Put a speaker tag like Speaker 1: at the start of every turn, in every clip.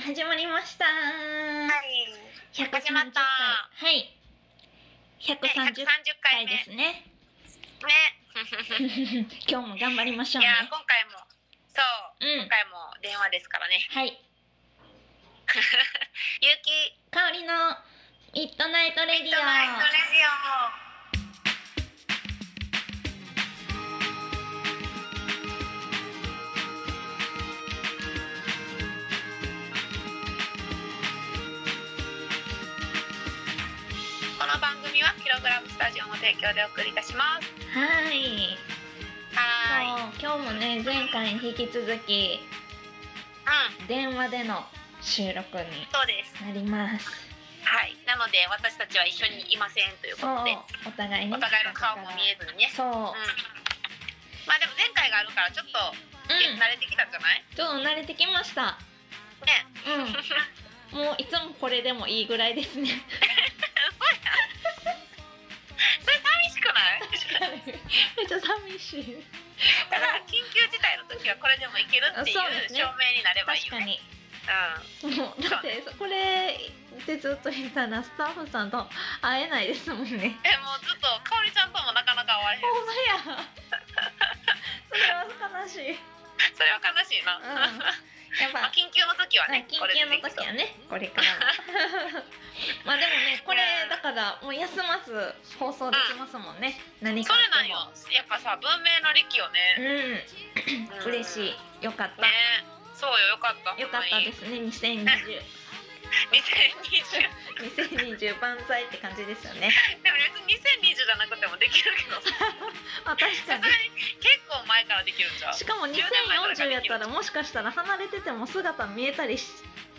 Speaker 1: 始まりました。
Speaker 2: はい。
Speaker 1: 130
Speaker 2: 始まった
Speaker 1: 回。はい。
Speaker 2: ね
Speaker 1: 130
Speaker 2: 130
Speaker 1: 回
Speaker 2: 回目
Speaker 1: ですね。
Speaker 2: ね。
Speaker 1: 今日も頑張りましょう
Speaker 2: い
Speaker 1: ね。
Speaker 2: や今回もそう
Speaker 1: うん
Speaker 2: 今。回も電話ですか らね。
Speaker 1: はい。
Speaker 2: ゆうき
Speaker 1: 香りのミッドナイトレディ
Speaker 2: トナイト
Speaker 1: オ。
Speaker 2: レディオ。この番組はキログラムスタジオの提供でお送りいたします。
Speaker 1: はい。
Speaker 2: はーい。
Speaker 1: そう今日もね前回に引き続き
Speaker 2: うん、
Speaker 1: 電話での収録に
Speaker 2: そうです。
Speaker 1: なります。
Speaker 2: はい、なので私たちは一緒にいませんというこ
Speaker 1: そうお
Speaker 2: とで、
Speaker 1: 互いに
Speaker 2: お互いの顔も見えずにね。
Speaker 1: そう。
Speaker 2: うん。まあでも前回があるからちょっと
Speaker 1: うん。
Speaker 2: 慣れてきたんじゃない？
Speaker 1: ちょっと慣れてきました。
Speaker 2: ね。
Speaker 1: うん。もういつもこれでもいいぐらいですね。
Speaker 2: それ寂しくない？
Speaker 1: めっちゃ寂しい。
Speaker 2: ただ緊急事態の時はこれでもいけるっていう
Speaker 1: そうですね
Speaker 2: 証明になればいい
Speaker 1: 確
Speaker 2: よ
Speaker 1: か
Speaker 2: ね。
Speaker 1: に。
Speaker 2: う
Speaker 1: もうだってこれでずっといたらスタッフさんと会えないですもんね。
Speaker 2: ん。えもうずっと香織ちゃんともなかなか会われへ
Speaker 1: ほ
Speaker 2: ん。
Speaker 1: んまや。それは悲しい。うん。
Speaker 2: それは悲しいな。
Speaker 1: やっ
Speaker 2: まあ
Speaker 1: ぱ。
Speaker 2: 緊急の時は
Speaker 1: は
Speaker 2: ね
Speaker 1: い、、緊
Speaker 2: これ
Speaker 1: 急
Speaker 2: で
Speaker 1: の
Speaker 2: できそう
Speaker 1: 時はね、これからも。 まあでもね、これだからもう休まず放送できますもんね。何
Speaker 2: そ
Speaker 1: かあ
Speaker 2: れなんよ
Speaker 1: っ。
Speaker 2: やっぱさ文明の利器を
Speaker 1: て
Speaker 2: ね。
Speaker 1: も。うん、嬉しい。よかった。
Speaker 2: ね。そうよよかった。。
Speaker 1: よかったですすね。2020、
Speaker 2: 2020。
Speaker 1: 2020万歳って感じですよね。
Speaker 2: でも別に2020じゃなくてもできるけどさ
Speaker 1: あ、確か
Speaker 2: さすが
Speaker 1: に。
Speaker 2: に結構前からできるんじゃん
Speaker 1: しかも2040やったらもしかしたら離れてても姿見えたりし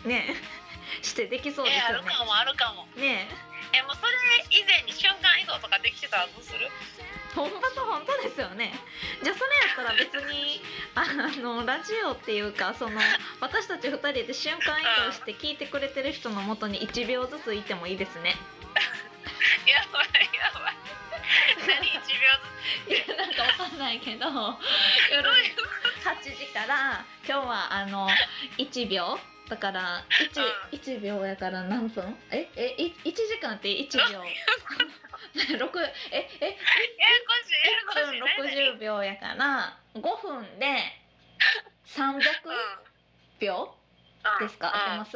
Speaker 1: ね してできそうで
Speaker 2: え
Speaker 1: す
Speaker 2: あ
Speaker 1: よ
Speaker 2: るかもあるかも
Speaker 1: ね。ね
Speaker 2: えもうそれ以前に瞬間移動とかできてたらどうする
Speaker 1: え、本場と本当ですよね。じゃあそれやったら別にあのラジオっていうかその私たち二人で瞬間移動して聞いてくれてる人の元に1秒ずついてもいいですね。
Speaker 2: やばいやばい何 1秒ず
Speaker 1: いやなんかわかんないけ ど
Speaker 2: つ
Speaker 1: 夜
Speaker 2: どういう
Speaker 1: 8時から今日はあ の1秒だから
Speaker 2: う
Speaker 1: 1, 1秒やから何分ええい1時間って1秒 六ええ
Speaker 2: ややこしいややこしい
Speaker 1: 1分60秒やから5分 で300秒ですか合って
Speaker 2: うん、うん、
Speaker 1: ま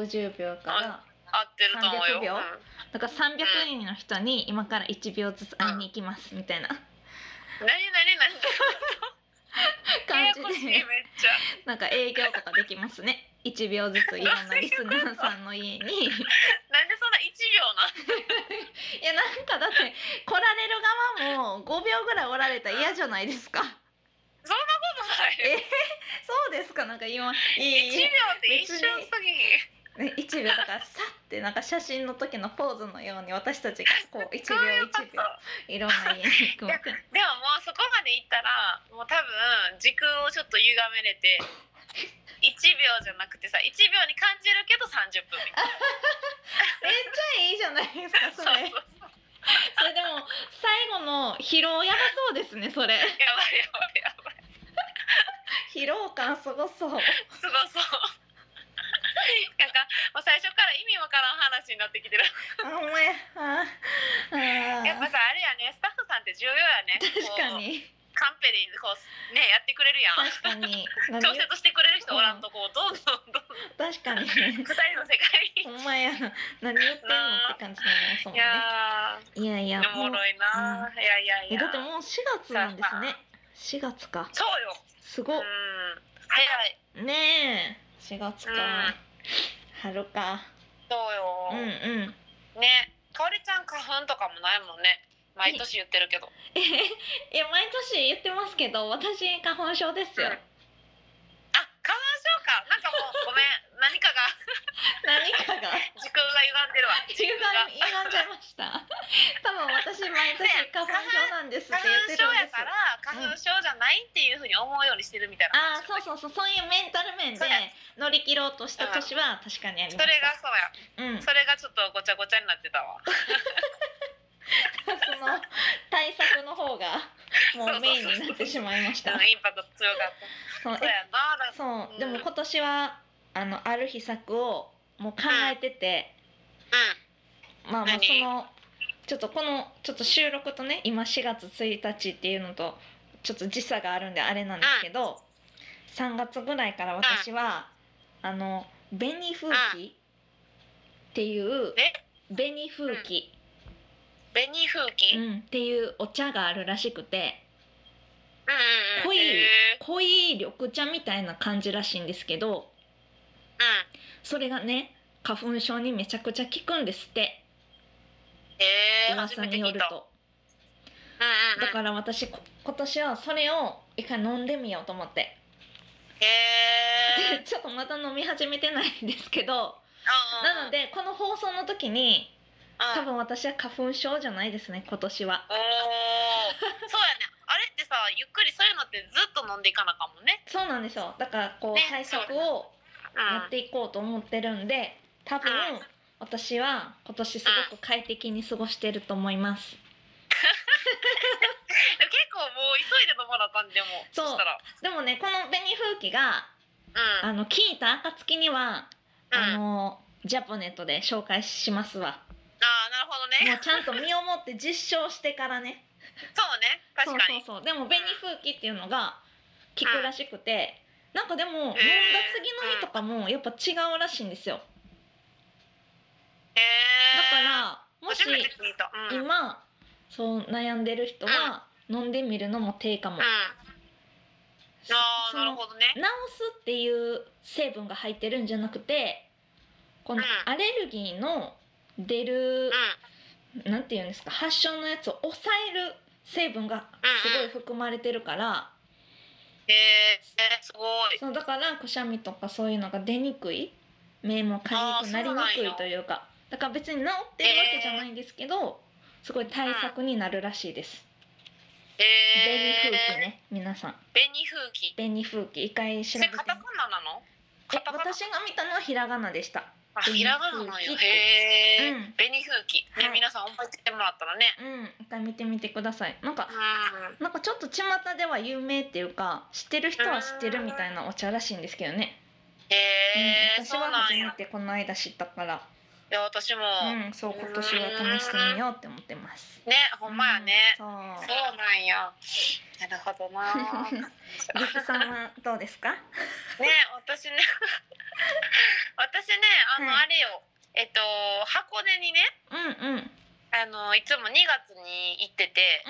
Speaker 1: す ?60 秒から
Speaker 2: 合ってると思うよ
Speaker 1: 300秒
Speaker 2: うん
Speaker 1: だから300人の人に今から1秒ずつ会いに行きますみたいな
Speaker 2: 何何何や
Speaker 1: 感
Speaker 2: や
Speaker 1: じ
Speaker 2: こしいめ
Speaker 1: で
Speaker 2: っちゃ
Speaker 1: なんか営業とかできますね1秒ずついろんなリスナーさんの家に。
Speaker 2: なんでそんな1秒ない
Speaker 1: やなんかだって来られる側も5秒ぐらいおられたら嫌じゃないですか
Speaker 2: のない
Speaker 1: えそうですかなんか今いい
Speaker 2: 1秒って一瞬すぎん
Speaker 1: ね一秒だからさってなんか写真の時のポーズのように私たちがこう1
Speaker 2: そうい
Speaker 1: 秒
Speaker 2: うこ
Speaker 1: 1秒
Speaker 2: と
Speaker 1: いろんな家に行くわけ
Speaker 2: でももうそこまでいったらもう多分時空をちょっと歪めれて1秒じゃなくてさ1秒に感じるけど30分みたいな
Speaker 1: めっちゃいいじゃないですかそ
Speaker 2: そう
Speaker 1: れ
Speaker 2: そうそう
Speaker 1: それでも最後の疲労やばそうですねそれ
Speaker 2: やばいやばいやばい
Speaker 1: 疲労感すごそう
Speaker 2: すごそうなんかもう最初から意味わからん話になってきてる
Speaker 1: あお前あーあ
Speaker 2: やっぱ
Speaker 1: ー
Speaker 2: さあれやねスタッフさんって重要やね
Speaker 1: 確か
Speaker 2: こう
Speaker 1: に
Speaker 2: カンペでこうねやってくれるやん
Speaker 1: 確かに
Speaker 2: 調節してくれる人おらんとこうどんどんどんどん
Speaker 1: 確かにね
Speaker 2: 2人の世界 に
Speaker 1: ほんまや何言ってんのって感じになりますもん
Speaker 2: い
Speaker 1: ねいやいや
Speaker 2: やーおも
Speaker 1: もう
Speaker 2: ろいな、いやいやい
Speaker 1: え
Speaker 2: や
Speaker 1: だってもう四月なんですね四月か
Speaker 2: そうよ
Speaker 1: すごっ
Speaker 2: うん早い
Speaker 1: ねえ四月か
Speaker 2: うん
Speaker 1: 春かう
Speaker 2: そ
Speaker 1: んう
Speaker 2: うよ、
Speaker 1: ん
Speaker 2: ねかおりちゃん花粉とかもないもんね毎年言ってるけど
Speaker 1: えいや毎年言ってますけど私花粉症ですよ
Speaker 2: うんあ花粉症かなんかもうごめん何かが
Speaker 1: 何かが
Speaker 2: 時空が歪んでるわ
Speaker 1: 中間歪んじゃいま した多分私毎年花粉症なんですって
Speaker 2: 花
Speaker 1: 言
Speaker 2: 粉
Speaker 1: って
Speaker 2: 症
Speaker 1: るん
Speaker 2: や
Speaker 1: です
Speaker 2: から花粉症じゃないっていうふうに思うようにしてるみたいな
Speaker 1: ああそうそうそうそういうメンタル面で
Speaker 2: そうや
Speaker 1: 乗り切ろうとした年は確かにあり
Speaker 2: そ
Speaker 1: まし
Speaker 2: れが
Speaker 1: た
Speaker 2: そうや
Speaker 1: うん
Speaker 2: それがちょっとごちゃごちゃになってたわ
Speaker 1: その対策の方がもうメインになってしまいました。
Speaker 2: インパクト強かった
Speaker 1: そう
Speaker 2: そうやななんか
Speaker 1: そうでも今年はあのある秘策をもう考えてて、
Speaker 2: う
Speaker 1: まあまあ
Speaker 2: 何
Speaker 1: そのちょっとこのちょっと収録とね今4月1日っていうのとちょっと時差があるんであれなんですけど、3月ぐらいから私は、あの紅風紀っていう
Speaker 2: え
Speaker 1: 紅風紀、
Speaker 2: ん紅風紀、
Speaker 1: う
Speaker 2: うんん、うん
Speaker 1: っていうお茶があるらしくて
Speaker 2: うん
Speaker 1: 濃い
Speaker 2: へー
Speaker 1: 濃い緑茶みたいな感じらしいんですけど
Speaker 2: うん
Speaker 1: それがね花粉症にめちゃくちゃ効くんですって
Speaker 2: へー初
Speaker 1: 噂
Speaker 2: めて
Speaker 1: に
Speaker 2: 聞
Speaker 1: よ
Speaker 2: い
Speaker 1: る
Speaker 2: た
Speaker 1: と。
Speaker 2: うんうん
Speaker 1: だ
Speaker 2: うん
Speaker 1: から私こ今年はそれを一回飲んでみようと思って
Speaker 2: へー
Speaker 1: ちょっとまた飲み始めてないんですけど
Speaker 2: うんうん
Speaker 1: なのでこの放送の時に
Speaker 2: うん
Speaker 1: 多分私は花粉症じゃないですね今年は
Speaker 2: おーそうやねあれってさゆっくりそういうのってずっと飲んでいかなあかんもんね、
Speaker 1: そうなんですよだからこう
Speaker 2: ね
Speaker 1: 対策を
Speaker 2: うん、
Speaker 1: やっていこうと思ってるんで多分
Speaker 2: うん
Speaker 1: 私は今年すごく快適に過ごしてると思います
Speaker 2: でも結構もう急いで飲まなあかんでも
Speaker 1: そう
Speaker 2: したら
Speaker 1: でもねこの紅風紀が
Speaker 2: うん
Speaker 1: あの聞いた暁にはあ
Speaker 2: うん
Speaker 1: のジャポネットで紹介しますわ
Speaker 2: ああなるほど
Speaker 1: もう
Speaker 2: ね
Speaker 1: ちゃんと身をもって実証してからね
Speaker 2: そうね確かに
Speaker 1: そうそうそうでも紅風紀っていうのが効くらしくて、なんかでも飲んだ次の日とかもやっぱ違うらしいんですよ
Speaker 2: へ
Speaker 1: だ
Speaker 2: え
Speaker 1: からもし
Speaker 2: 初めて聞いたうん、うん、
Speaker 1: 今そう悩んでる人は飲んでみるのも手かも、
Speaker 2: あ
Speaker 1: そ
Speaker 2: あ
Speaker 1: そ
Speaker 2: な
Speaker 1: の
Speaker 2: るほどね
Speaker 1: 治すっていう成分が入ってるんじゃなくてこの
Speaker 2: うん
Speaker 1: アレルギーの出る
Speaker 2: うん、
Speaker 1: なんていうんですか発症のやつを抑える成分がすごい含まれてるから、
Speaker 2: へえすごい
Speaker 1: そうだからくしゃみとかそういうのが出にくい目もかゆくなりに
Speaker 2: あーそう
Speaker 1: く
Speaker 2: な
Speaker 1: い
Speaker 2: んや
Speaker 1: というかだから別に治ってるわけじゃないんですけど、すごい対策になるらしいです。
Speaker 2: へ
Speaker 1: 紅
Speaker 2: え
Speaker 1: 風紀ね皆さん
Speaker 2: 紅風紀
Speaker 1: 紅風紀一回調
Speaker 2: そ
Speaker 1: べ
Speaker 2: れ
Speaker 1: て
Speaker 2: カタカナなの
Speaker 1: え
Speaker 2: カタカナ
Speaker 1: 私が見たのはひらがなでした。
Speaker 2: あひらがななん
Speaker 1: 紅風
Speaker 2: よ
Speaker 1: 紀
Speaker 2: へえ、
Speaker 1: うん
Speaker 2: 紅風紀ね、
Speaker 1: はい
Speaker 2: 皆さん覚えてもらったらね
Speaker 1: うん一回見てみてください。なんか
Speaker 2: うん
Speaker 1: なんかちょっと巷では有名っていうか知ってる人は知ってるみたいなお茶らしいんですけどね。う
Speaker 2: へえ、
Speaker 1: ん、私
Speaker 2: そう
Speaker 1: は
Speaker 2: な
Speaker 1: 初
Speaker 2: ん
Speaker 1: め
Speaker 2: や。い
Speaker 1: てこの間知ったから、
Speaker 2: や、私も、
Speaker 1: うん、そう今年は試してみようって思ってます。
Speaker 2: ね、ほんまやね。
Speaker 1: うん
Speaker 2: そう
Speaker 1: そう。
Speaker 2: なんや。なるほ どな。ね、
Speaker 1: リクさんはどうですか？
Speaker 2: 私ね。 私ね、あの、
Speaker 1: はい
Speaker 2: あれよ。えっと、箱根にね。
Speaker 1: うんうんうんうん。
Speaker 2: あのいつも2月に行ってて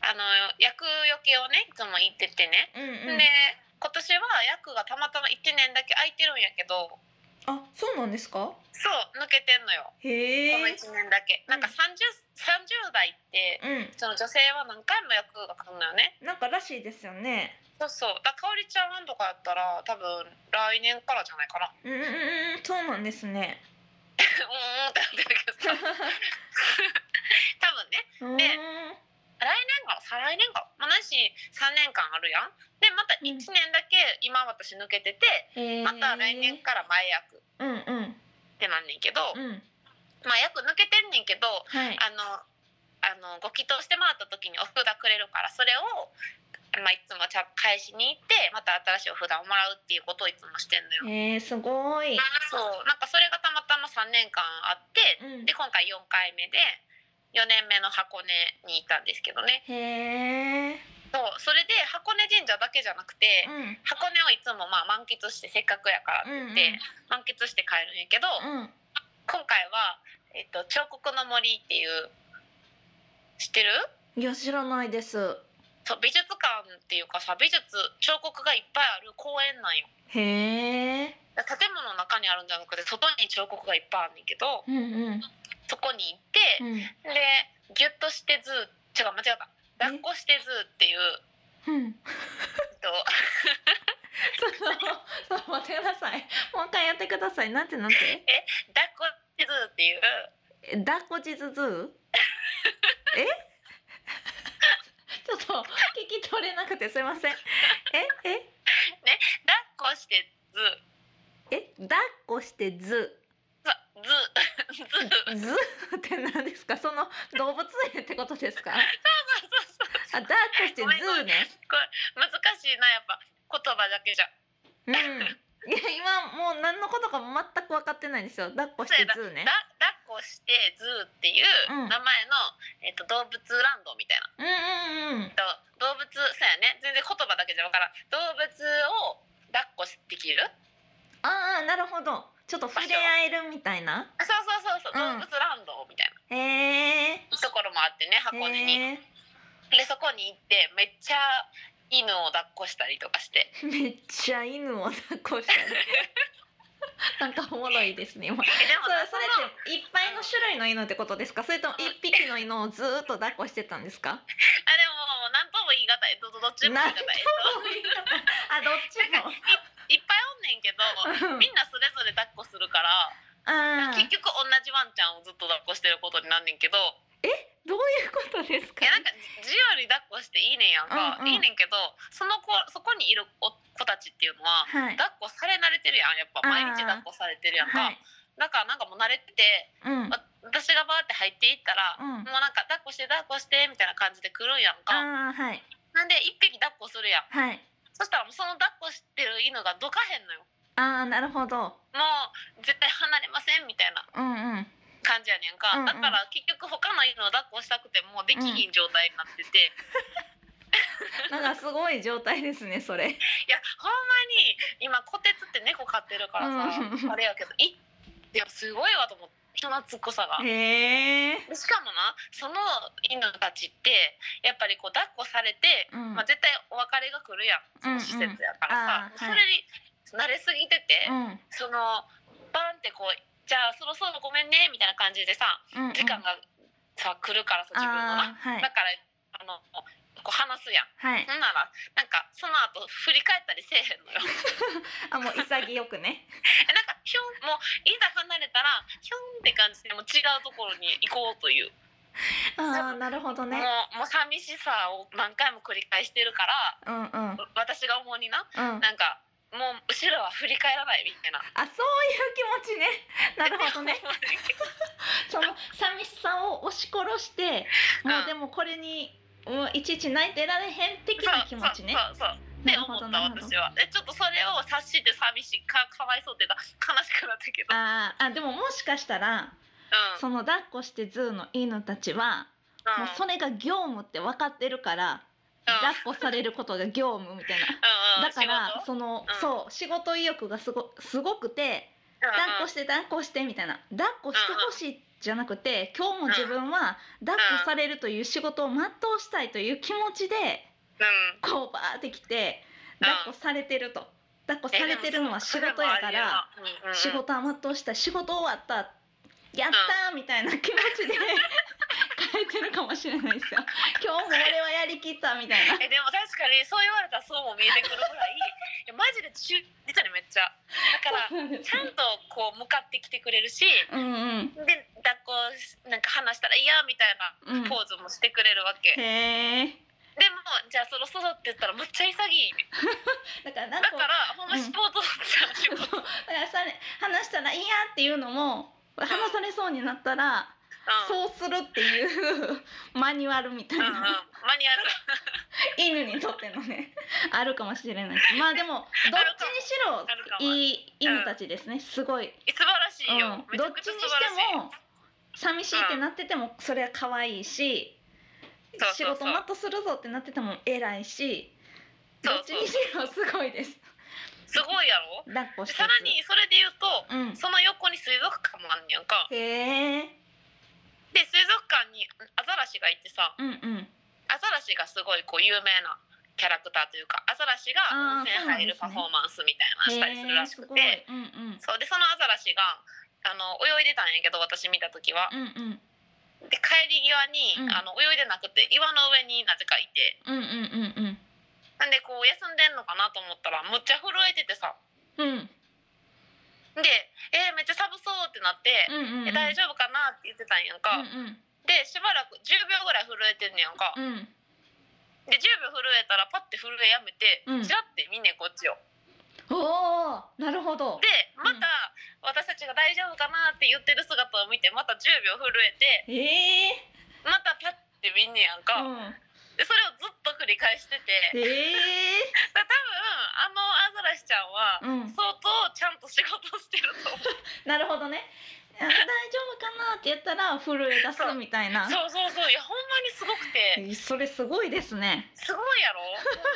Speaker 2: あの薬よけをねいつも行っててね、
Speaker 1: うんうん、
Speaker 2: で今年は薬がたまたま1年だけ空いてるんやけど
Speaker 1: あ、そうなんですか？
Speaker 2: そう抜けてんのよ
Speaker 1: へえ。
Speaker 2: この1年だけ、なんか 30, 30代って
Speaker 1: う
Speaker 2: その女性は何回も薬が来るのよね
Speaker 1: ん、なんからしいですよね。
Speaker 2: そうそうだかおりちゃんとかやったら多分来年からじゃない かな
Speaker 1: うんうんうんうん、そうなんです ね。
Speaker 2: うんうんってなってるけど さ多分ね
Speaker 1: うーん
Speaker 2: で来年か再来年かまあないし3年間あるやんでまた1年だけ今私抜けて
Speaker 1: へー
Speaker 2: て、また来年から前役っ
Speaker 1: うんうん
Speaker 2: てなんねんけど、
Speaker 1: うん、
Speaker 2: まあ役抜けてんねんけど
Speaker 1: はい。
Speaker 2: あのあのご祈祷してもらった時にお札くれるからそれを、まあ、いつもちゃんと返しに行ってまた新しいお札をもらうっていうことをいつもしてんのよ。
Speaker 1: へえ、すごい。
Speaker 2: そうなんかそれがたまたま3年間あっ
Speaker 1: うん
Speaker 2: てで。今回4回目で4年目の箱根に行ったんですけどね
Speaker 1: へえ。
Speaker 2: そうそれで箱根神社だけじゃなくて
Speaker 1: うんうん
Speaker 2: 箱根をいつもまあ満喫してせっかくやからって言って満喫して帰るんやけど
Speaker 1: うん。
Speaker 2: 今回は、えっと、彫刻の森っていう知ってる
Speaker 1: いや知らないです。
Speaker 2: そう美術館っていうかさ美術彫刻がいっぱいある公園なんよ
Speaker 1: へえ。
Speaker 2: だ建物の中にあるんじゃなくて外に彫刻がいっぱいあるんだけど
Speaker 1: うんうん
Speaker 2: そこに行って、
Speaker 1: うん
Speaker 2: でギュッとしてず違う間違った抱っこしてずっていう、
Speaker 1: うん。
Speaker 2: えっと、
Speaker 1: ちょっと待ってください。もう一回やってください。なんてなんて。
Speaker 2: 抱っこしてずっていう
Speaker 1: え抱っこじずずう。え？ちょっと聞き取れなくてすいません。え
Speaker 2: 抱っこしてず
Speaker 1: ええ抱っこしてず
Speaker 2: そうず ずそうそ
Speaker 1: ず
Speaker 2: う
Speaker 1: って何ですか？その動物園ってことですか？あ
Speaker 2: そう
Speaker 1: 抱っこしてずね。
Speaker 2: これ難しいなやっぱ言葉だけじゃ
Speaker 1: うん。いや今もう何のことかも全く分かってないんですよ抱っこしてズーね
Speaker 2: だ抱っこしてズーっていう
Speaker 1: うん
Speaker 2: 名前の、えっと動物ランドみたいな
Speaker 1: うんうんうん
Speaker 2: えっと動物そうやね全然言葉だけじゃ分からん動物を抱っこできる
Speaker 1: ああなるほどちょっと触れ合えるみたいな
Speaker 2: あそうそうそうそう、
Speaker 1: うん
Speaker 2: 動物ランドみたいな
Speaker 1: へえ
Speaker 2: ところもあってね箱根に、
Speaker 1: へえ
Speaker 2: でそこに行ってめっちゃ犬を抱っこしたりとかして
Speaker 1: めっちゃ犬を抱っこしたり なんかおもろいですね今
Speaker 2: えで
Speaker 1: そ
Speaker 2: も
Speaker 1: う
Speaker 2: な
Speaker 1: それ
Speaker 2: の
Speaker 1: っていっぱいの種類の犬ってことですかそれとも一匹の犬をずーっと抱っこしてたんですか
Speaker 2: あでも何とも言い難いどどどっちも言い難いえっと
Speaker 1: あどっちも
Speaker 2: いっぱいおんねんけどみんなそれぞれ抱っこするから
Speaker 1: ああ
Speaker 2: 結局同じワンちゃんをずっと抱っこしてることになんねんけど
Speaker 1: どういうことです
Speaker 2: い
Speaker 1: か
Speaker 2: やなんか自由に抱っこしていいねんやんか、
Speaker 1: うんうん
Speaker 2: いいねんけどその子そこにいるお子たちっていうのは
Speaker 1: はい
Speaker 2: 抱っこされ慣れてるやんやっぱ
Speaker 1: あー
Speaker 2: 毎日抱っこされてるやん
Speaker 1: は
Speaker 2: か、
Speaker 1: い
Speaker 2: だからなんかもう慣れてて
Speaker 1: うん
Speaker 2: わ私がバーって入っていったら、
Speaker 1: うん
Speaker 2: もうなんか抱っこして抱っこしてみたいな感じで来るんやんか
Speaker 1: ああはい
Speaker 2: なんで一匹抱っこするやん
Speaker 1: はい
Speaker 2: そしたらもうその抱っこしてる犬がどかへんのよ
Speaker 1: ああなるほど
Speaker 2: もう絶対離れませんみたいな
Speaker 1: うんうん
Speaker 2: 感じやねんか、
Speaker 1: うんうん
Speaker 2: だから結局他の犬を抱っこしたくてもうできひん状態になってて、
Speaker 1: なんかすごい状態ですねそ れ
Speaker 2: いやほんまに今こてつって猫飼ってるからさ、
Speaker 1: うん
Speaker 2: あれやけどいやすごいわと思って人懐っこさが。
Speaker 1: へえ
Speaker 2: でしかもなその犬たちってやっぱりこう抱っこされて、
Speaker 1: うん
Speaker 2: まあ、絶対お別れが来るやんその施設やからさ、
Speaker 1: うんうんあー
Speaker 2: それに慣れすぎてて、
Speaker 1: うんうん
Speaker 2: そのバンってこう「じゃあそろそろごめんね」みたいな感じでさ
Speaker 1: うん
Speaker 2: 時間がさ来るからさ自分のな。
Speaker 1: ああはい
Speaker 2: だからあのこう話すやん。
Speaker 1: はい
Speaker 2: ほんならなんかその後振り返ったりせえへんのよ。
Speaker 1: あもう潔くね
Speaker 2: えなんかひょんもういざ離れたらひょんって感じでもう違うところに行こうという、
Speaker 1: ああなるほどね
Speaker 2: もうもう寂しさを何回も繰り返してるから
Speaker 1: うんうんうん
Speaker 2: 私が思うにな
Speaker 1: あ
Speaker 2: なんかもう後ろは振り返らないみたいな。
Speaker 1: そういう気持ちね なるほど ねその寂しさを押し殺してもうでもこれにもういちいち泣いてられへん的な気持ちね
Speaker 2: そうそうそうっ
Speaker 1: な
Speaker 2: て
Speaker 1: る
Speaker 2: 思
Speaker 1: ほど
Speaker 2: った
Speaker 1: なるほど
Speaker 2: 私はえちょっとそれを察して寂しいかかわいそうっていうか悲しくなったけど、うん、
Speaker 1: あーあでももしかしたら
Speaker 2: う
Speaker 1: その抱っこしてズーの犬たちはもうんそれが業務って分かってるから抱っこされることが業務みたいな
Speaker 2: うんう ん
Speaker 1: だから
Speaker 2: 仕事
Speaker 1: その
Speaker 2: うん
Speaker 1: そう仕事意欲がすごすごくて
Speaker 2: うんうん
Speaker 1: 抱っこして抱っこしてみたいな抱っこしてほしいじゃなくて今日も自分は抱っこされるという仕事を全うしたいという気持ちで
Speaker 2: うん
Speaker 1: こうバーってきて抱っこされてると抱っこされてるのは仕事やから仕事は全うしたい仕事終わったやったーみたいな気持ちで変えてるかもしれないですよ今日も俺はやりきったみたいな
Speaker 2: えでも確かにそう言われたらそうも見えてくるぐらいいやマジで忠実やねめっちゃだからちゃんとこう向かってきてくれるし
Speaker 1: うんうん
Speaker 2: で抱っこしなんか話したら「いや」みたい
Speaker 1: うん
Speaker 2: なポーズもしてくれるわけ、で
Speaker 1: へえ
Speaker 2: もじゃあそろそろって言ったらめっちゃ潔いね
Speaker 1: だからなん
Speaker 2: だ
Speaker 1: か
Speaker 2: からほんま
Speaker 1: うん
Speaker 2: スポーツじゃん仕
Speaker 1: そうだ
Speaker 2: 事、うん、
Speaker 1: からさ話したらいいやっていうのも話されそうになったら、
Speaker 2: う
Speaker 1: そうするっていうマニュアルみたい
Speaker 2: んうん
Speaker 1: な、
Speaker 2: マニュアルが
Speaker 1: 犬にとってのねあるかもしれないまあでもどっちにしろ
Speaker 2: あるかも
Speaker 1: いい犬たちですねすごい、
Speaker 2: 素晴らし
Speaker 1: う
Speaker 2: いよ、
Speaker 1: ん、
Speaker 2: めち
Speaker 1: ど
Speaker 2: ゃ
Speaker 1: っ
Speaker 2: く
Speaker 1: ち
Speaker 2: ちゃ
Speaker 1: に
Speaker 2: 素晴らし
Speaker 1: して
Speaker 2: い
Speaker 1: も寂しいってなっててもそれは可愛いし
Speaker 2: そう
Speaker 1: 仕
Speaker 2: そう
Speaker 1: 事
Speaker 2: そ
Speaker 1: マ
Speaker 2: う
Speaker 1: ッとするぞってなってても偉いしど
Speaker 2: そう
Speaker 1: っちにしろすごいです
Speaker 2: すごいやろ
Speaker 1: 抱っこして
Speaker 2: さらにそれで言うと
Speaker 1: うん
Speaker 2: その横に水族館もあんねやんか
Speaker 1: へえ
Speaker 2: で水族館にアザラシがいてさ
Speaker 1: うんうん
Speaker 2: アザラシがすごいこう有名なキャラクターというかアザラシが温泉入るパフォーマンスみたいなのをしたりするらしくて、
Speaker 1: へーすごいうんうん
Speaker 2: そうでそのアザラシがあの泳いでたんやけど私見た時は。
Speaker 1: うんうん
Speaker 2: で帰り際に、
Speaker 1: うん
Speaker 2: あの泳いでなくて岩の上になぜかいて
Speaker 1: うんうんうん
Speaker 2: なんでこう休んでんのかなと思ったらむっちゃ震えててさ
Speaker 1: うんうん
Speaker 2: で「えーめっちゃ寒そう」ってなって
Speaker 1: うんうん
Speaker 2: 「
Speaker 1: うん
Speaker 2: え大丈夫かな?」って言ってたんやんか、
Speaker 1: う
Speaker 2: でしばらく10秒ぐらい震えてんねやんか、
Speaker 1: んうんうん
Speaker 2: で10秒震えたらパッて震えやめて
Speaker 1: うん
Speaker 2: チラッて見んねんこっちを。
Speaker 1: おおなるほど
Speaker 2: でまた私たちが「大丈夫かな?」って言ってる姿を見てまた10秒震えて
Speaker 1: ええ
Speaker 2: またパッて見んねやん
Speaker 1: ー、
Speaker 2: か、
Speaker 1: うん
Speaker 2: でそれをずっと繰り返してて
Speaker 1: ええ
Speaker 2: だから多分あのアザラシちゃんは
Speaker 1: うん、
Speaker 2: 相当ちゃんと仕事してると思う
Speaker 1: なるほどねあ大丈夫かなって言ったら震え出すみたいな
Speaker 2: そうそうそういやほんまにすごくて
Speaker 1: えそれすごいですね
Speaker 2: すごいやろほ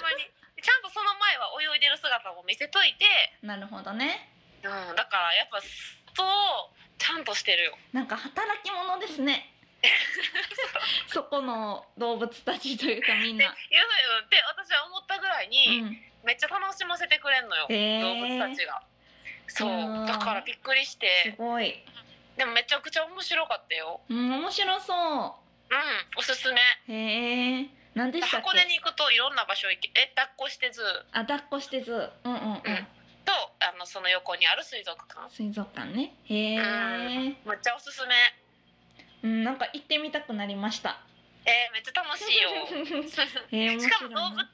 Speaker 2: んまに ちゃんとその前は泳いでる姿も見せといて、
Speaker 1: なるほどね
Speaker 2: うん、だからやっぱそうちゃんとしてるよ
Speaker 1: なんか働き者です ねそこの動物たちというかみん
Speaker 2: でいや
Speaker 1: な、
Speaker 2: そうよって私は思ったぐらいに、
Speaker 1: うん、
Speaker 2: めっちゃ楽しませてくれんのよ、
Speaker 1: へー
Speaker 2: 動物たちが。そう
Speaker 1: うん
Speaker 2: だからびっくりし
Speaker 1: す
Speaker 2: て
Speaker 1: ごい、
Speaker 2: でもめちゃくちゃ面白かったよ
Speaker 1: うん、面白そ
Speaker 2: うんおすすめ
Speaker 1: うへえ何でしたっ
Speaker 2: 箱根
Speaker 1: け
Speaker 2: に行くといろんな場所行けえ抱っこしてず
Speaker 1: あ抱っこしてずうんうんうん
Speaker 2: とあのその横にある水族館
Speaker 1: 水族館ねへえ、
Speaker 2: めっちゃおすすめ
Speaker 1: うん、なんか行ってみたくなりました
Speaker 2: えーめっちゃ楽し いよ
Speaker 1: へえ面白いな
Speaker 2: しかも動物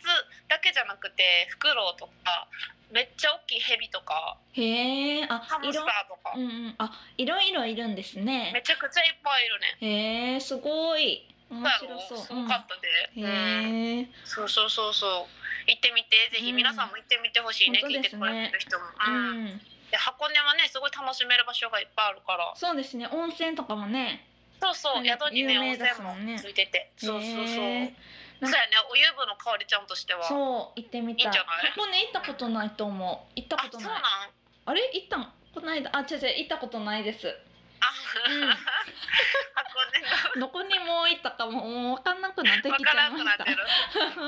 Speaker 2: だけじゃなくてフクロウとかめっちゃ大きいヘビとか
Speaker 1: へえあ
Speaker 2: ハム
Speaker 1: い
Speaker 2: スタ
Speaker 1: ろ
Speaker 2: ーとか
Speaker 1: うんうんあいろいろいるんです
Speaker 2: め
Speaker 1: ね
Speaker 2: ちゃくちゃいっぱいいるね
Speaker 1: へえすごい面
Speaker 2: だ
Speaker 1: 白
Speaker 2: ろす
Speaker 1: そう、う
Speaker 2: ご
Speaker 1: ん、
Speaker 2: かったで、うん
Speaker 1: へえ
Speaker 2: そうそうそうそう。行ってみて、ぜひ皆さんも行ってみてほしいね、
Speaker 1: うん
Speaker 2: 聞いてくれてる人も。
Speaker 1: う
Speaker 2: うん
Speaker 1: ん
Speaker 2: で箱根はね、すごい楽しめる場所がいっぱいあるから。
Speaker 1: そうですね温泉とかもね
Speaker 2: そうそうう、
Speaker 1: ん
Speaker 2: 宿にね、
Speaker 1: 有
Speaker 2: 温
Speaker 1: 名
Speaker 2: 泉
Speaker 1: ですも
Speaker 2: も
Speaker 1: んね
Speaker 2: ついてて。そうそうそう。そうや
Speaker 1: へ
Speaker 2: ね
Speaker 1: ー、
Speaker 2: お湯部の香りちゃんとしては。
Speaker 1: そう行ってみた
Speaker 2: いいんじゃない
Speaker 1: 箱根行ったことないと思う行った
Speaker 2: あ
Speaker 1: こ、
Speaker 2: そ
Speaker 1: と
Speaker 2: う
Speaker 1: な
Speaker 2: ないん。
Speaker 1: あれ行ったんこないだあ違う違う行ったことないです
Speaker 2: あ、
Speaker 1: うん
Speaker 2: 箱根の。
Speaker 1: どこにもう行ったかももう分かんなくなって
Speaker 2: わ
Speaker 1: きち
Speaker 2: から
Speaker 1: ゃい
Speaker 2: ん
Speaker 1: ま
Speaker 2: くなっ
Speaker 1: してた
Speaker 2: る。で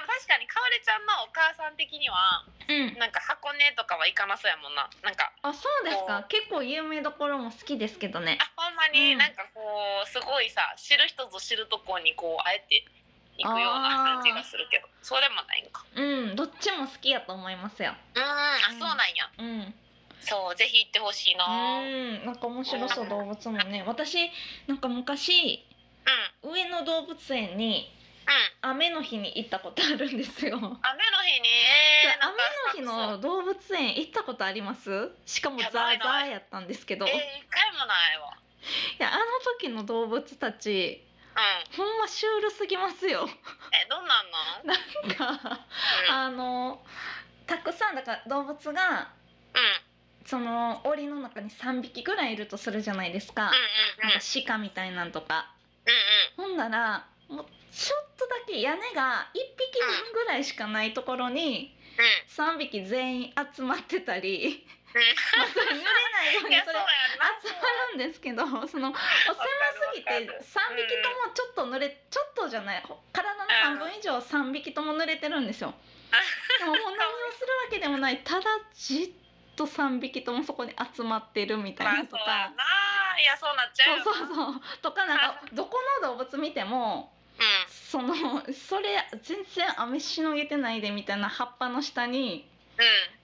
Speaker 2: も確かに、かおれちゃんのお母さん的には、
Speaker 1: うん
Speaker 2: なんか箱根とかは行かなそうやもんな。なんか、
Speaker 1: あそうですか結構有名どころも好きですけどね
Speaker 2: あほんま
Speaker 1: う
Speaker 2: に
Speaker 1: ん
Speaker 2: なんかこうすごいさ知る人ぞ知るとこにこうあえて行くような感じがするけどそうでもないんか
Speaker 1: うんどっちも好きやと思いますよ
Speaker 2: うんあ
Speaker 1: うん
Speaker 2: そうなんや
Speaker 1: うん
Speaker 2: そうぜひ行ってほしいなうん
Speaker 1: うんなんか面白そう動物もね私なんか昔
Speaker 2: う
Speaker 1: 上野動物園に
Speaker 2: ん
Speaker 1: 雨の日に行ったことあるんですよ
Speaker 2: 雨の日にえー、なんか
Speaker 1: 雨の日の動物園行ったことありますしかもザー
Speaker 2: ない
Speaker 1: ザ
Speaker 2: ない
Speaker 1: ーやったんですけど、
Speaker 2: えー
Speaker 1: い
Speaker 2: 一回もないわ
Speaker 1: やあの時の動物たち
Speaker 2: う
Speaker 1: ほ
Speaker 2: ん
Speaker 1: んまシュールすぎますよ
Speaker 2: えどんなんなんうん
Speaker 1: なんか
Speaker 2: うん
Speaker 1: あのたくさんだから動物がその檻の中に3匹ぐらいいるとするじゃないですか,、
Speaker 2: うんうんうんうんうん
Speaker 1: なんか鹿みたいなんとかほんならもうちょっとだけ屋根が1匹分ぐらいしかないところに3匹全員集まってたり
Speaker 2: う
Speaker 1: まあそれ濡れないようん
Speaker 2: い
Speaker 1: に
Speaker 2: や
Speaker 1: そ
Speaker 2: そう
Speaker 1: れ
Speaker 2: やんな
Speaker 1: 集まるんですけどそのお狭すぎて
Speaker 2: わか
Speaker 1: 3
Speaker 2: るわかる
Speaker 1: 匹ともちょっと濡れちょっとじゃないほ体の半分以上3匹とも濡れてるん ですよ。でももう何をするわけでもないただじっと3匹ともそこに集まってるみたい
Speaker 2: まあ
Speaker 1: なと
Speaker 2: そうや
Speaker 1: か。
Speaker 2: ないやそうなっちゃうよ
Speaker 1: そうそうそうとかなんかどこの動物見ても
Speaker 2: うん
Speaker 1: そのそれ全然雨しのげてないでみたいな葉っぱの下に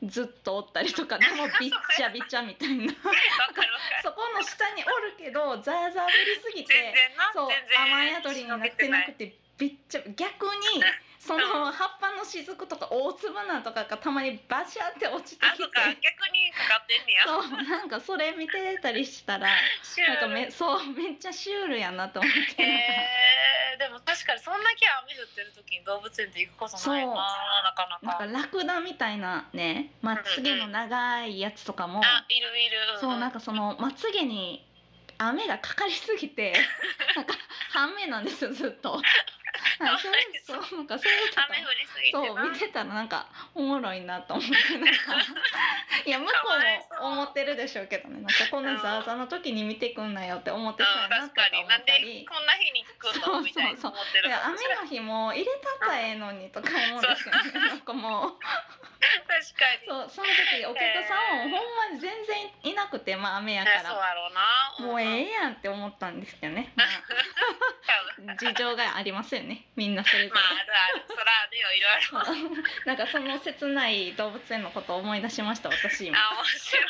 Speaker 2: うん
Speaker 1: ずっとおったりとかでもびっちゃびちゃみたいな。
Speaker 2: わかるわかる
Speaker 1: そこの下におるけどザーザーぶりすぎて
Speaker 2: 全然な
Speaker 1: そう
Speaker 2: 全然
Speaker 1: 雨宿りになってなく
Speaker 2: い
Speaker 1: てびっちゃ 逆にその葉っぱの雫とか大粒なんとかがたまにバシャって落ちて
Speaker 2: あ
Speaker 1: き
Speaker 2: そっか
Speaker 1: て。
Speaker 2: 逆にかかってんねや
Speaker 1: そうなんかそれ見てたりした ら
Speaker 2: シュ
Speaker 1: なんか
Speaker 2: ール
Speaker 1: めそうめっちゃシュールやなと思って、
Speaker 2: へえでも確かにそんだけ雨降ってる時に動物園で行くことない
Speaker 1: そう
Speaker 2: ななかな
Speaker 1: なん
Speaker 2: か
Speaker 1: かラクダみたいなねまつげの長いやつとかも
Speaker 2: あいるいる
Speaker 1: そうなんかそのまつげに雨がかかりすぎ てなんか半目なんですよずっと。はい、それ
Speaker 2: そ
Speaker 1: そううなんかそれとか
Speaker 2: 雨降りすぎてな
Speaker 1: そう見てたらなんかおもろいなと思 ってなんかいや向こうも思ってるでしょうけどねなんかこんなざわざわの時に見てくんなよって思ってそう
Speaker 2: うん
Speaker 1: やな
Speaker 2: 確
Speaker 1: とか
Speaker 2: かに
Speaker 1: 思
Speaker 2: な
Speaker 1: っ
Speaker 2: ん
Speaker 1: た
Speaker 2: で
Speaker 1: り。
Speaker 2: こんな日に行
Speaker 1: そう
Speaker 2: く
Speaker 1: そうそ
Speaker 2: の
Speaker 1: う
Speaker 2: みたいに思って
Speaker 1: い
Speaker 2: る
Speaker 1: や
Speaker 2: かも
Speaker 1: 雨
Speaker 2: しれない
Speaker 1: の日も入れたったらええのにとか思うんですよね。なんかもう
Speaker 2: 確かに
Speaker 1: そうその時お客さんもほんまに全然いなくてまあ雨や
Speaker 2: い
Speaker 1: か
Speaker 2: やそう
Speaker 1: ら
Speaker 2: やろうな
Speaker 1: もうえ
Speaker 2: え
Speaker 1: えやんって思ったんですけど ね。まあ、事情がありますよねみんなそれぞれ
Speaker 2: ま。ああるあるそらあるよいろいろ
Speaker 1: なんかその切ない動物園のことを思い出しました私今。
Speaker 2: あ面白い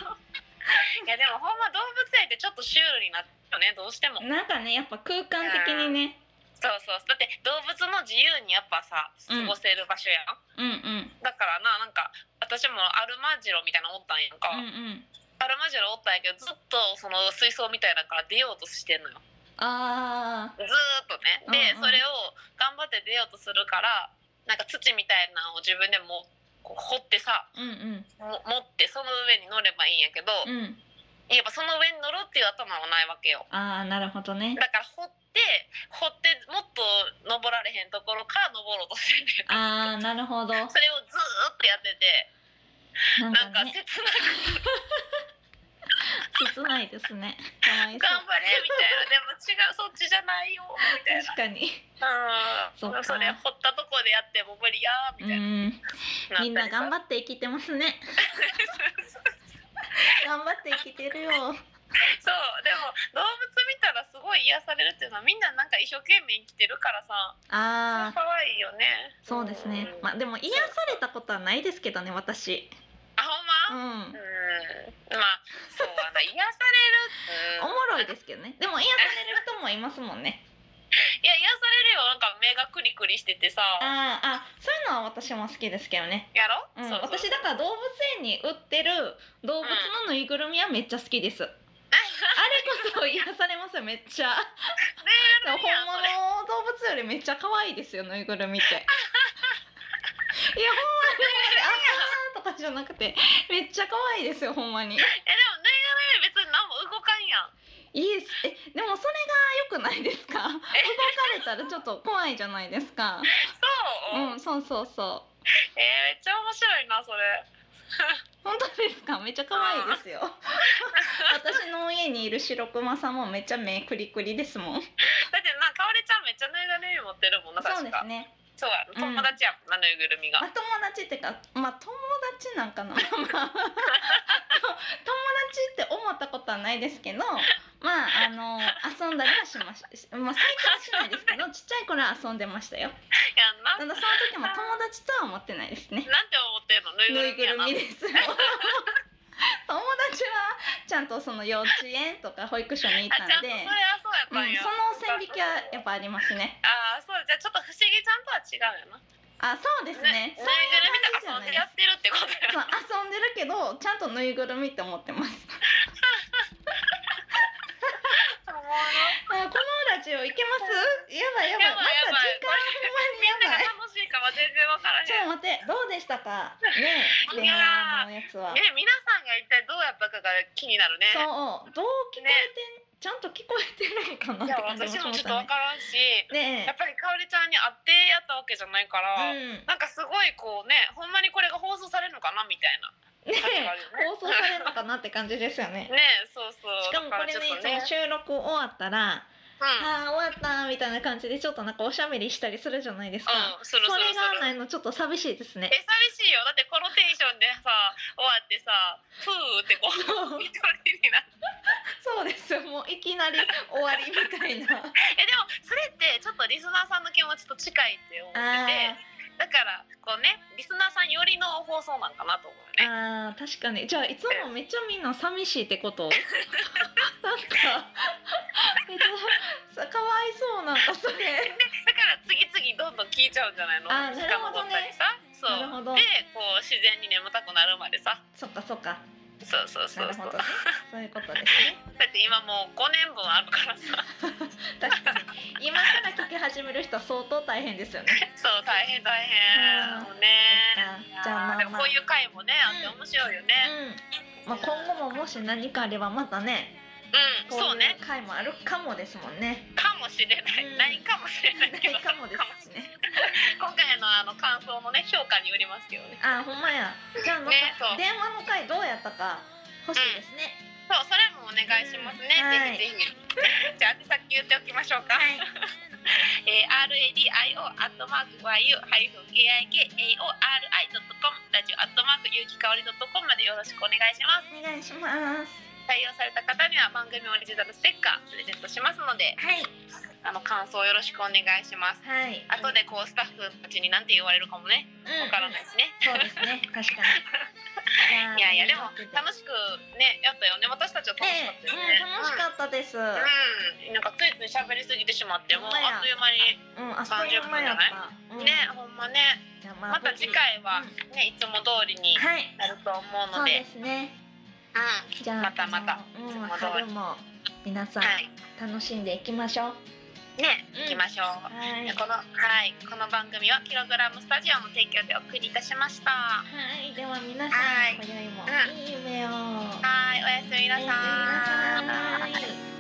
Speaker 2: いやでもほんま動物園ってちょっとシュールになったよねどうしても
Speaker 1: なんかねやっぱ空間的にね
Speaker 2: そうそうだって動物の自由にやっぱさ過
Speaker 1: うん
Speaker 2: ごせる場所やん、
Speaker 1: うんうん
Speaker 2: だからななんか私もアルマジロみたいなのおったんやんか、
Speaker 1: うんうん
Speaker 2: アルマジロおったんやけどずっとその水槽みたいなのから出ようとしてんのよ
Speaker 1: あ
Speaker 2: ずーっとねで、
Speaker 1: うんうん
Speaker 2: それを頑張って出ようとするからなんか土みたいなのを自分で持っこう掘ってさ
Speaker 1: うんうん
Speaker 2: も持ってその上に乗ればいいんやけど、
Speaker 1: うん
Speaker 2: やっぱその上に乗ろうっていう頭はないわけよ
Speaker 1: ああなるほどね
Speaker 2: だから掘って掘ってもっと登られへんところから登ろうとしてる
Speaker 1: ああなるほどなん
Speaker 2: それをずーっとやっててなん
Speaker 1: か
Speaker 2: か
Speaker 1: ね
Speaker 2: 切なく
Speaker 1: 切ないですねかわい
Speaker 2: 頑
Speaker 1: そ
Speaker 2: 張れみたいなでも違うそっちじゃないよみたいう
Speaker 1: 確かに
Speaker 2: な
Speaker 1: そうっか
Speaker 2: んそれ掘ったとこでやっても無理やーみ
Speaker 1: う
Speaker 2: たいな、
Speaker 1: んみんな頑張
Speaker 2: って
Speaker 1: って生きてます ね頑張って生きてるよ
Speaker 2: そうでも動物見たらすごい癒されるっていうのはみんななんか一生懸命生きてるからさ
Speaker 1: ああ
Speaker 2: 可愛いよね
Speaker 1: そうですね
Speaker 2: ん
Speaker 1: まあでも癒されたことはないですけどね私
Speaker 2: あほんま
Speaker 1: うん
Speaker 2: うんまあそうやな癒され
Speaker 1: おも
Speaker 2: る、うん、
Speaker 1: ろいですけどねでも癒される人もいますもんね
Speaker 2: いや癒されるよなんか目がクリクリしててさ
Speaker 1: あーあそういうのは私も好きですけどね、
Speaker 2: やろ、
Speaker 1: うん、
Speaker 2: そうそう
Speaker 1: 私だから動物園に売ってる動物のぬいぐるみはめっちゃ好きです、あれこそ癒されますよめっちゃ本
Speaker 2: いや
Speaker 1: 物
Speaker 2: それ
Speaker 1: の動物よりめっちゃ可愛いですよぬいぐるみっていやほんまにあーとかじゃなくてめっちゃ可愛いですよほんまにいい
Speaker 2: えでもぬいぐるみ別に何も動かんやん
Speaker 1: ですえでもそれが良くないですか動かれたらちょっと怖いじゃないですか
Speaker 2: そう、
Speaker 1: うんそうそうそう
Speaker 2: えーめっちゃ面白いなそれ
Speaker 1: 本当ですかめっちゃ可愛いです よ私の家にいる白熊さんもめっちゃ目クリクリですもん
Speaker 2: だってなかおりちゃんめっちゃぬいぐるみ持ってるもんな
Speaker 1: そう
Speaker 2: 確
Speaker 1: で
Speaker 2: か
Speaker 1: すね
Speaker 2: そうや友達やもんな、ぬいぐるみ
Speaker 1: ま
Speaker 2: が
Speaker 1: あ友達ってかまあ友達なん かなまあと友達って思ったことはないですけどまああの遊んだりはしましたしまあ最近はしないですけ どちっちゃい頃は遊んでましたよ
Speaker 2: やんな
Speaker 1: た
Speaker 2: なん
Speaker 1: だその時も友達とは思ってないですね
Speaker 2: て思ってんのぬ
Speaker 1: ぬい
Speaker 2: い
Speaker 1: ぐ
Speaker 2: ぐる
Speaker 1: るみ
Speaker 2: みやな
Speaker 1: ですよ 友達はちゃんとその幼稚園とか保育所にいた
Speaker 2: あちゃ
Speaker 1: ん
Speaker 2: んとそ
Speaker 1: で
Speaker 2: れはそうやっ
Speaker 1: うん、その
Speaker 2: たんや、
Speaker 1: 線引きはやっぱありますね。
Speaker 2: ああそうじゃあちょっと不思議ちゃんとは違うよな
Speaker 1: あ、そうですね。
Speaker 2: ぬ
Speaker 1: そう
Speaker 2: ぬいぐるみ
Speaker 1: いう
Speaker 2: と遊
Speaker 1: 感
Speaker 2: ん
Speaker 1: じ
Speaker 2: で
Speaker 1: じゃ
Speaker 2: や
Speaker 1: ない
Speaker 2: ってるってことや
Speaker 1: そう遊んでるけど、ちゃんとぬいぐるみって思って ます。
Speaker 2: おもろ
Speaker 1: あこのラジオいけます？やばいやばい。
Speaker 2: やばいやば
Speaker 1: また時間ほんま
Speaker 2: い
Speaker 1: にやばい。
Speaker 2: みんなが楽しいかは全然わからへ
Speaker 1: ちょっ
Speaker 2: ん。
Speaker 1: と待って、どうでした か？ね、レ
Speaker 2: いや
Speaker 1: アのやつは。
Speaker 2: ね、皆さんが一体どうやったかが気になるね。
Speaker 1: そう、どう聞こえてん、ちゃんと聞こえてるのかなっ
Speaker 2: い
Speaker 1: て
Speaker 2: や、
Speaker 1: 感じ
Speaker 2: 私も
Speaker 1: もし
Speaker 2: ちょっとわ
Speaker 1: ましたね。
Speaker 2: からんし、
Speaker 1: ね
Speaker 2: やっぱりかおりちゃんに会ってやったわけじゃないから、
Speaker 1: え、うん。
Speaker 2: なんかすごいこうね、ほんまにこれが放送されるのかなみたいな
Speaker 1: ね
Speaker 2: 感じがあ
Speaker 1: え、
Speaker 2: るよね。
Speaker 1: 放送されるのかなって感じですよね。
Speaker 2: ね、そうそう。
Speaker 1: しかもこれね、い
Speaker 2: だ
Speaker 1: つ
Speaker 2: か
Speaker 1: も
Speaker 2: らちょっとね
Speaker 1: 収録終わったら。
Speaker 2: うん、
Speaker 1: あー終わったーみたいな感じでちょっとなんかおしゃべりしたりするじゃないですか、
Speaker 2: うん、するす
Speaker 1: そ
Speaker 2: る
Speaker 1: れ
Speaker 2: す
Speaker 1: がな
Speaker 2: る。
Speaker 1: いのちょっと寂しいですね
Speaker 2: え、寂しいよ。だってこのテンションでさ、終わってさ、ふーってこう、
Speaker 1: そう
Speaker 2: 一人になって。
Speaker 1: そうですよもういきなり終わりみたいな
Speaker 2: え、でも、それってちょっとリスナーさんの気持ちと近いって思ってて。
Speaker 1: あ
Speaker 2: だからこうねリスナーさんよりの放送なんかなと思う
Speaker 1: ー
Speaker 2: よね。
Speaker 1: あー確かにじゃあいつもめっちゃみんな寂しいってことなんかめっちゃさかわいそうなんかそれ
Speaker 2: だから次々どんどん聞いちゃうんじゃないの？
Speaker 1: あー
Speaker 2: 時間も取ったりさ、そ
Speaker 1: なるほど
Speaker 2: う。でこう自然に眠たくなるまでさ、
Speaker 1: そっかそっか
Speaker 2: そうそうそ
Speaker 1: な
Speaker 2: う
Speaker 1: る
Speaker 2: そ
Speaker 1: ほ
Speaker 2: う。
Speaker 1: どね
Speaker 2: だ
Speaker 1: そういうことですね
Speaker 2: って今もう五年分あるか らさ、
Speaker 1: 確かに今から聞き始める人は相当大変ですよね
Speaker 2: そう大変大変。
Speaker 1: うん
Speaker 2: もうね。
Speaker 1: じゃあまあ
Speaker 2: いやーでも
Speaker 1: まあ
Speaker 2: こういう回もねあって面白いよね。
Speaker 1: うんまあ、今後ももし何かあればまたね
Speaker 2: うん、
Speaker 1: こ
Speaker 2: そうう
Speaker 1: いう
Speaker 2: ね。
Speaker 1: 回もあるかもですもんね。
Speaker 2: かもしれない、
Speaker 1: うん
Speaker 2: ないかもしれな
Speaker 1: ない
Speaker 2: けど
Speaker 1: い、かもですしね。
Speaker 2: 今回のあの感想のね評価によりますけどね。
Speaker 1: あ、ほんまや。じゃあま
Speaker 2: ねそ
Speaker 1: た
Speaker 2: う
Speaker 1: 電話の回どうやったか欲しいですね。
Speaker 2: そう、それもお願いしますね。
Speaker 1: うん
Speaker 2: ぜひぜひ。 じゃあ、宛先言っておきましょうか。
Speaker 1: はい。
Speaker 2: えー、R. A. D. I. O. アットマーク Y. U. ハイフン K. I. K. A. O. R. I. ドットコム。ラジオアットマークゆうきかおりドットコムまでよろしくお願いします。
Speaker 1: お願いします。
Speaker 2: 採用された方には番組オリジナルステッカープレゼントしますので、
Speaker 1: はい。
Speaker 2: あの感想よろしくお願いします。
Speaker 1: はい。
Speaker 2: 後でこうスタッフたちになんて言われるかもね、
Speaker 1: うん
Speaker 2: わからないしね。
Speaker 1: そうですね。確かに。
Speaker 2: いやいやでも
Speaker 1: しかっ
Speaker 2: 楽しくねやったよね。私たちは楽
Speaker 1: た。
Speaker 2: し
Speaker 1: え
Speaker 2: かったよ
Speaker 1: え、
Speaker 2: ね。
Speaker 1: うん、楽しかったです。うん、
Speaker 2: うん、なんかついつい喋りすぎてしまってもう
Speaker 1: ほんまや
Speaker 2: あっという間に
Speaker 1: あっという間やった。うん
Speaker 2: ね、ほんまね
Speaker 1: じゃあまあ
Speaker 2: また次。回はねいつも通りに
Speaker 1: はい。
Speaker 2: なると思う
Speaker 1: そ
Speaker 2: の
Speaker 1: う
Speaker 2: で
Speaker 1: で、すね。
Speaker 2: う
Speaker 1: じゃあ
Speaker 2: またまた
Speaker 1: あのうん、
Speaker 2: いつも通り
Speaker 1: 春も皆さ
Speaker 2: ん、
Speaker 1: ん
Speaker 2: はい、
Speaker 1: 楽しんでいきましょう。
Speaker 2: ね
Speaker 1: うん
Speaker 2: 行きましょう、
Speaker 1: はい
Speaker 2: このはいこの番組はキログラムスタジオの提供でお送りいたしましたは
Speaker 1: はいでは皆さん
Speaker 2: はい
Speaker 1: 今宵も
Speaker 2: う
Speaker 1: いい夢をおや
Speaker 2: いおやすみな
Speaker 1: すみ
Speaker 2: さ
Speaker 1: な
Speaker 2: ーい
Speaker 1: さい